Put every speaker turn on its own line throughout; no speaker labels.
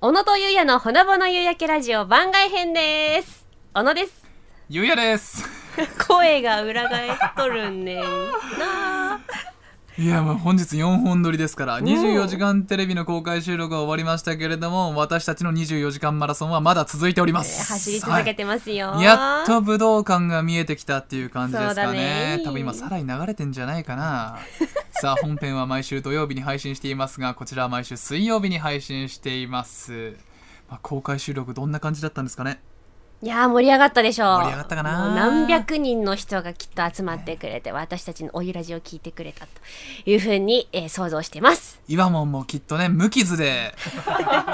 小野とゆうやのほのぼの夕焼けラジオ番外編です小野です
ゆうやです。
声が裏返っとるんねんなあ
いやまあ本日4本撮りですから24時間テレビの公開収録が終わりましたけれども私たちの24時間マラソンはまだ続いております
走り続けてますよ、
はいやっと武道館が見えてきたっていう感じです
そ
か
うだ
ね
ね
多分今さらに流れてんじゃない かなさあ本編は毎週土曜日に配信していますがこちらは毎週水曜日に配信しています、まあ、公開収録どんな感じだったんですかね
いやー盛り上がったでしょう
盛り上がったかな
もう何百人の人がきっと集まってくれて私たちのおゆラジを聞いてくれたというふうに、えー想像してます
岩門もきっとね無傷で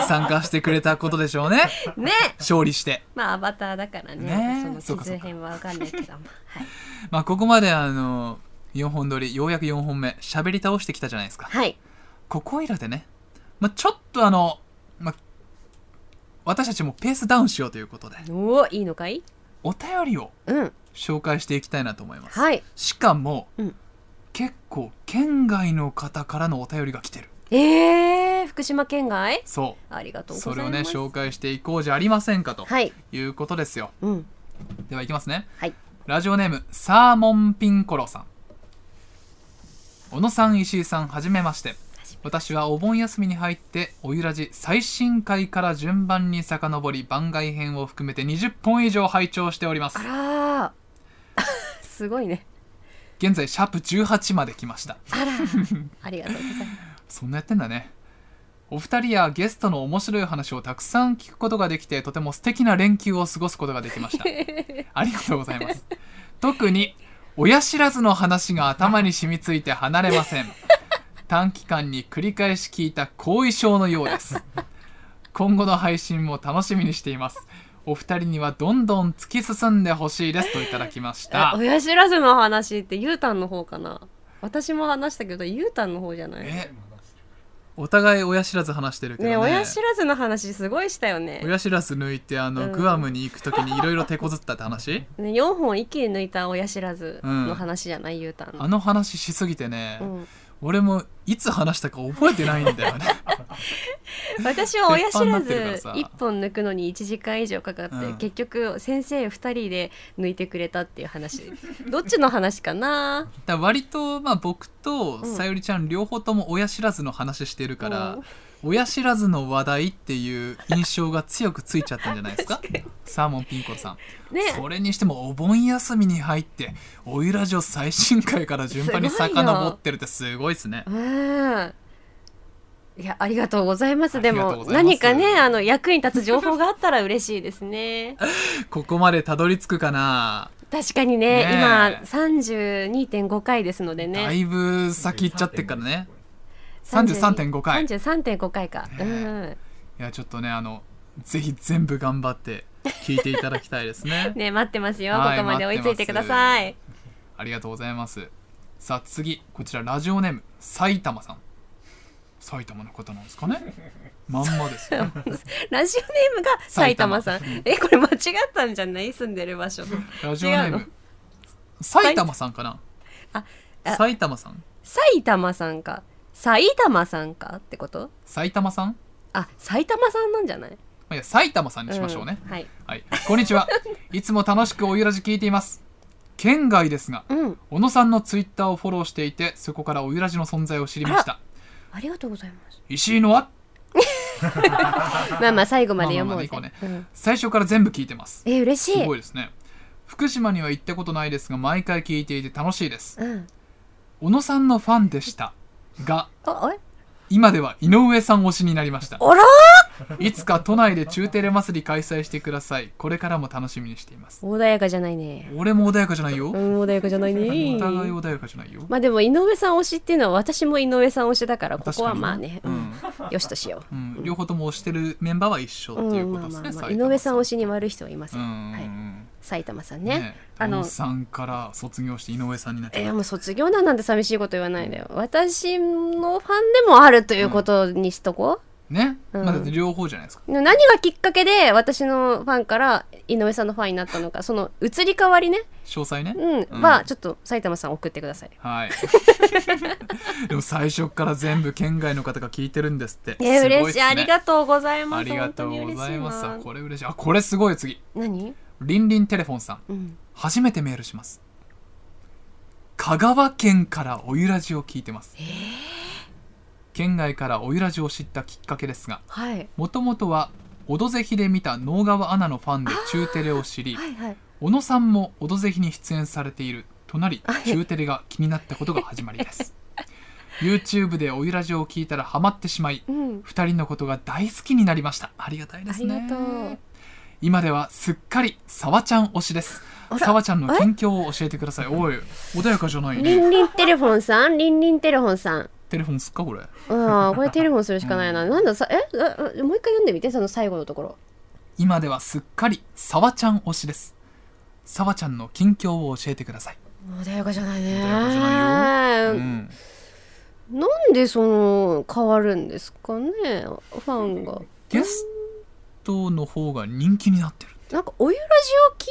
参加してくれたことでしょうね
ね
勝利して
まあアバターだからね
ね
そ
そ
の
うか
地
そ
図
うか
編はわかんないけども、はい、
まあここまであの4本撮りようやく4本目喋り倒してきたじゃないですか
はい、
ここいらでね、まあ、ちょっとあの、まあ、私たちもペースダウンしようということで
おおいいのかい
お便りを
うん
紹介していきたいなと思います、
はい
しかも、
うん
結構県外の方からのお便りが来てる
えー、福島県外
そ
ありが
う
とうご
そ
ざ
れ
い
をね
ます
紹介していこうじゃありませんかと
はい
いうことですよ、
うん
ではいきますね
はい
ラジオネームサーモンピンコロさん小野さん石井さんはじめまして私はお盆休みに入っておゆらじ最新回から順番に遡り番外編を含めて20本以上拝聴しております
あらー すごいね
現在シャープ18まで来ました
あら ありがとうございます
そんなやってんだねお二人やゲストの面白い話をたくさん聞くことができてとても素敵な連休を過ごすことがで きましたありがとうございます特に親知らずの話が頭に染みついて離れません短期間に繰り返し聞いた後遺症のようです今後の配信も楽しみにしていますお二人にはどんどん突き進んでほしいですといただきました
え親知らずの話ってゆうたんの方かな私も話したけどゆうたんの方じゃないね
えお互い親知らず話してるけどね
親知らずの話すごいしたよね
親知らず抜いてあ
う
の、
ん
グアムに行く時にいろいろ手こずったって話
ね4本一気に抜いた親知らずの話じゃない、ゆうたん
あ
の、
の話しすぎてね、
うん、
俺もいつ話したか覚えてないん だよね
私は親知らず
鉄板になってるからさ
1本抜くのに1時間以上かかって、
うん
結局先生2人で抜いてくれたっていう話どっちの話かな
だから割と、まあ、僕と
ん
さゆりちゃん両方とも親知らずの話してるから、
うん
親知らずの話題っていう印象が強くついちゃったんじゃないですかサーモンピンコさん、
ね
それにしてもお盆休みに入っておゆらじを最新回から順番に遡ってるってすごいですね
うんいやありがとうございますで
ありがとう
も
ございます
何かねあの役に立つ情報があったら嬉しいです ね
ここまでたどり着くかな
確かにね
ねえ
今32.5回ですので
だ
ね
いぶ先行っちゃってっからね33.5回
33.5回か、
えいやちょっとねあのぜひ全部頑張って聞いていただきたいですね
うんね待ってますよ、
はい
ここまで追いついてください
ありがとうございますさあ次こちらラジオネーム埼玉さん埼玉の方なんですか ねまんまですよ
ラジオネームが埼玉さんえこれ間違ったんじゃない住んでる場所
ラジオネー
違う
ム埼玉さんかな
ああ
埼玉さん
埼玉さんか埼玉さんかってこと
埼玉さんま
あ埼玉さんなんじゃない
あいや埼玉さんにしましょうね、
んはい
はい、こんにち は。いつも楽しくおゆらじ聞いています。県外ですが、
うん
小野さんのツイッターをフォローしていて、そこからおゆらじの存在を知りました。
ありがとうございます
石井のは
まあまあ最後まで読もうぜ、
まあまあまあ
うん
最初から全部聞いてます。
え嬉し
す
い
ごいですね。福島には行ったことないですが、毎回聞いていて楽しいです。
うん
小野さんのファンでしたが、
あえ
今では井上さん推しになりました。
あら
いつか都内で中テレ祭り開催してください。これからも楽しみにしています。
穏やかじゃないね
俺も穏やかじゃないよ。
う
お
ん穏やかじゃないね
互い穏やかじゃないよ。
まあでも井上さん推しっていうのは私も井上さん推しだからここは
確かに
まあね、う
うんん、
よしとしよ
うん、両方とも推してるメンバーは一緒
う、、
っていううんこ
ま
と
あ
です
まあま
ね。
あ井
埼玉
上さん推しに悪い人はいませ、
うんん
はい、埼玉さんね
ね、
あ
あ
の
のさんから卒業して井上さんになっちゃ
えーもう卒業なんなんて寂しいこと言わないでよ私のファンでもあるということにしとこう、
ね、
うん
まあだって両方じゃないですか
でも何がきっかけで私のファンから井上さんのファンになったのかその移り変わりね、
詳細ね、
うん
うん
はちょっと埼玉さん送ってください
はいでも最初から全部県外の方が聞いてるんですって
えー、
すご
嬉し
っす
い
ね
ありがとうございます
ありがとうございます
本当に嬉し
これ嬉しいあこれすごい次
な何、
りんりんテレフォンさん
うん、
初めてメールします香川県からおゆらじを聞いてます、県外からおゆらじを知ったきっかけですが
はい
もともとは「オドぜひ」で見た能川アナのファンで中テレを知り
はいはい
小野さんも「オドぜひ」に出演されているとなり
はい
中テレが気になったことが始まりです YouTube でおゆらじを聞いたらハマってしまい
うん
2人のことが大好きになりましたありがたいですね
ありがとう
今ではすっかりさわちゃん推しです
あら
さわちゃんの近況を教えてくださいおい穏やかじゃない
リ
ね
ンリンテレフォンさんリンリンテレフォンさん
テレフォンすっかこ
う
れ
んこれテレフォンするしかないな、なんださえええもう一回読んでみてその最後のところ
今ではすっかりさわちゃん推しですさわちゃんの近況を教えてください
穏やかじゃないね
穏やかじゃなうん
なんでその変わるんですかねファンが
ゲストの方が人気になってる
なんかおゆらじ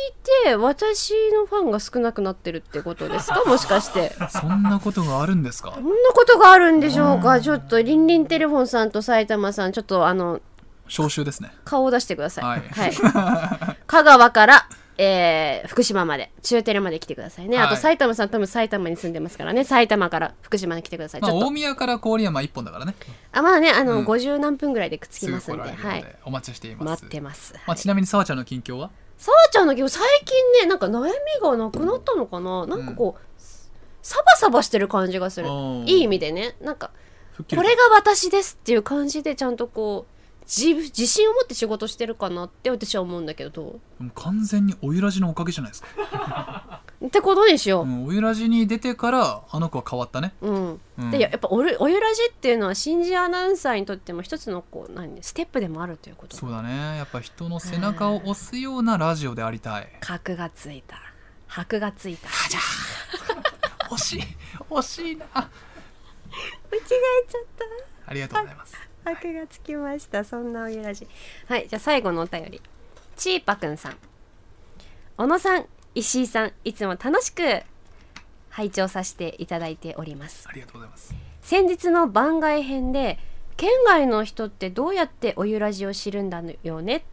を聞いて私のファンが少なくなってるってことですかもしかして
そんなことがあるんですか
そんなことがあるんでしょうかちょっとりんりんテレフォンさんと埼玉さんちょっとあの
招集ですね
顔を出してください
はい
はい 香川から、えー福島まで中テレまで来てくださいね、あと
はい
埼玉さん多分埼玉に住んでますからね埼玉から福島に来てくださいち
まあ
ょっと
大宮から郡山一本だからね
あまあねあの、
うん
50何分ぐらいでくっつき
すぐ
ます
来
んで
られる
は
の
い
でお待ちしています
待ってます
まあ、ちなみにさわちゃんの近況は
さあちゃんの今日最近ねなんか悩みがなくなったのかななんかこう、サバサバしてる感じがする
うん
いい意味でねなんか
復
これが私ですっていう感じでちゃんとこう自自信を持って仕事してるかなって私は思うんだけどど
もう完全におゆらじのおかげじゃない ですか、
うってことにしよ
うん、おゆらじに出てからあの子は変わったね、
ううん、
うん、
でやっぱおるおゆらじっていうのは新人アナウンサーにとっても一つのこう何ステップでもあるということ
そうだねやっぱ人の背中を押すようなラジオでありたい
格がついた箔がついた
あじゃあ惜しい惜しいなあ
間違えちゃった
ありがとうございます
箔がつきましたそんなおゆらじはいじゃあ最後のお便りちーぱくんさん小野さん石井さんいつも楽しく拝聴させていただいております
ありがとうございます
先日の番外編で県外の人ってどうやっておゆらじを知るんだよね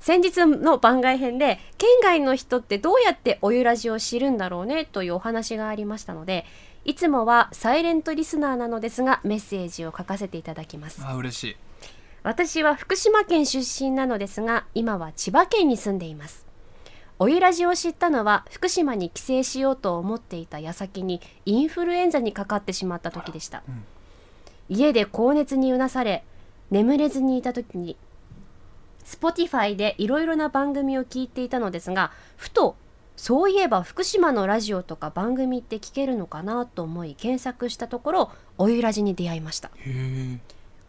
先日の番外編で県外の人ってどうやっておゆらじを知るんだろうねというお話がありましたのでいつもはサイレントリスナーなのですがメッセージを書かせていただきます
あ嬉しい
私は福島県出身なのですが今は千葉県に住んでいますおゆらじを知ったのは福島に帰省しようと思っていた矢先にインフルエンザにかかってしまった時でした、
ん
家で高熱にうなされ眠れずにいた時に Spotify でいろいろな番組を聞いていたのですがふとそういえば福島のラジオとか番組って聞けるのかなと思い検索したところおゆらじに出会いました
へえ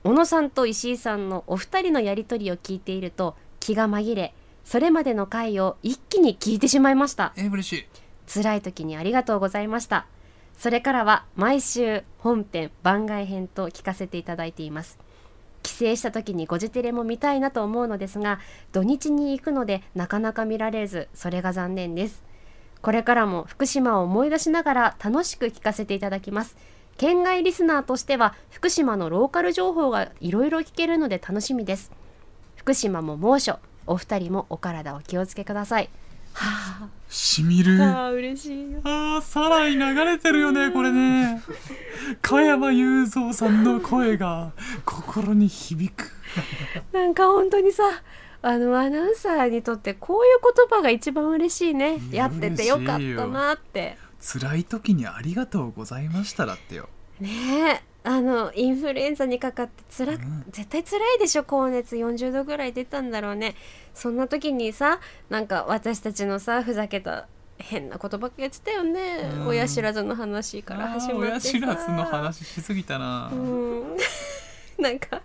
小野さんと石井さんのお二人のやりとりを聞いていると気が紛れそれまでの回を一気に聞いてしまいました
えー嬉しい
辛い時にありがとうございましたそれからは毎週本編番外編と聞かせていただいています帰省した時にゴジテレも見たいなと思うのですが土日に行くのでなかなか見られずそれが残念ですこれからも福島を思い出しながら楽しく聞かせていただきます県外リスナーとしては福島のローカル情報がいろいろ聞けるので楽しみです福島も猛暑お二人もお体お気をつけください
しみるあ
あ嬉しいよ
ーさらに流れてるよねこれね加山雄三さんの声が心に響く
なんか本当にさあのアナウンサーにとってこういう言葉が一番嬉しいね
いや
やっててよかったなって
辛い時にありがとうございましただってよ
ねえあのインフルエンザにかかってつら、
ん
絶対辛いでしょ高熱40度ぐらい出たんだろうねそんな時にさなんか私たちのさふざけた変な言葉言ってたよね、
うん
親知らずの話から始まってさ
親知らずの話しすぎたな、
うん、 なんか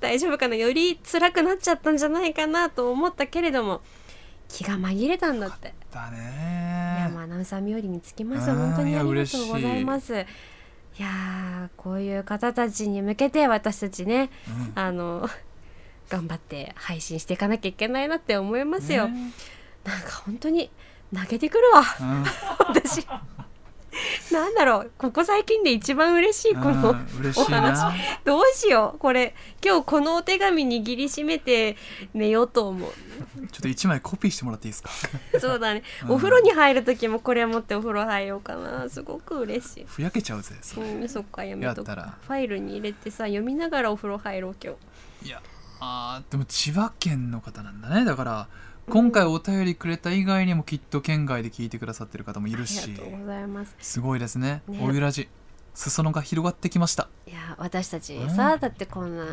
大丈夫かなより辛くなっちゃったんじゃないかなと思ったけれども気が紛れたんだって
だ
いや
ね
もうアナウンサー冥利につきます
うん
本当
い
に
や
ありがとうございますいいやーこういう方たちに向けて私たちね
うん
あの頑張って配信していかなきゃいけないなって思いますよ、
ね
なんか本当に泣けてくるわ
うん
私なんだろうここ最近で一番嬉しい この
うん嬉しいな
どうしようこれ今日このお手紙握りしめて寝ようと思
ちょっと一枚コピーしてもらっていいですか
うそうだね、
うん
お風呂に入る時もこれ持ってお風呂入ろうかなすごく嬉しい
ふやけちゃうぜそれ
うん、そっかやめとく
やったら
ファイルに入れてさ読みながらお風呂入ろう今日
いやあーでも千葉県の方なんだねだから今回お便りくれた以外にもきっと県外で聞いてくださってる方もいる
あ
し
りがとうございます
すごいですね
ね
おゆらじ裾野が広がってきました
いや私たちさ、だってこんな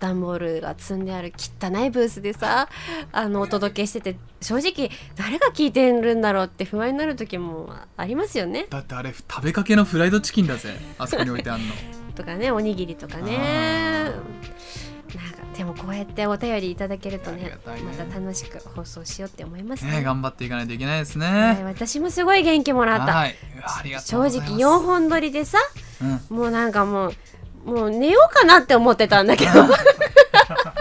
段ボールが積んである汚いブースでさあのお届けしてて正直誰が聞いてるんだろうって不安になる時もありますよね。
だってあれ食べかけのフライドチキンだぜあそこに置い てあんの
とかねおにぎりとかね。
あ
なんかでもこうやってお便りいただけると
あり
ね
がたいね
また楽しく放送しようって思います
ね
ね。
頑張っていかないといけないです
はい
ね
私もすごい元気もらった。
はいありがとう
正
ござい
直
ます
4本撮りでさ
うん
もうなんかもうもう寝ようかなって思ってたんだけど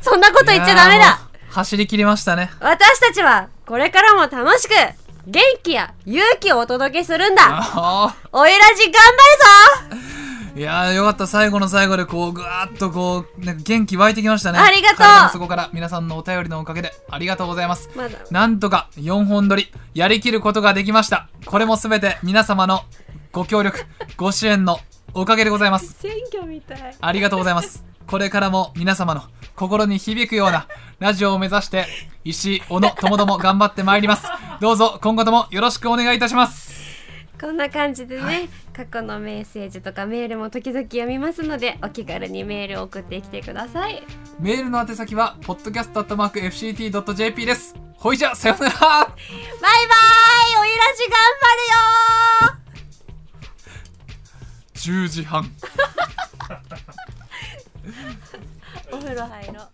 そんなこと言っちゃダメ
いや
だ
ーもう走り切りましたね
私たちはこれからも楽しく元気や勇気をお届けするんだ
あ
おいらじ頑張るぞ
ーいやーよかった最後の最後でこうぐわーっとこうなんか元気湧いてきましたね
ありがとう
体の底から皆さんのお便りのおかげでありがとうございます
まだ
なんとか4本撮りやりきることができましたこれも全て皆様のご協力ご支援のおかげでございます
選挙みたい
ありがとうございます。これからも皆様の心に響くようなラジオを目指して、石井、小野ともども頑張ってまいります。どうぞ今後ともよろしくお願いいたします。
こんな感じでね、過去のメッセージとかメールも時々読みますの でお気軽にメールを送ってきてください
メールの宛先は、podcast.fct.jp です。ほいじゃ、さようなら
バイバイおいらじ頑張るよ
!10 時半。
お風呂入ろう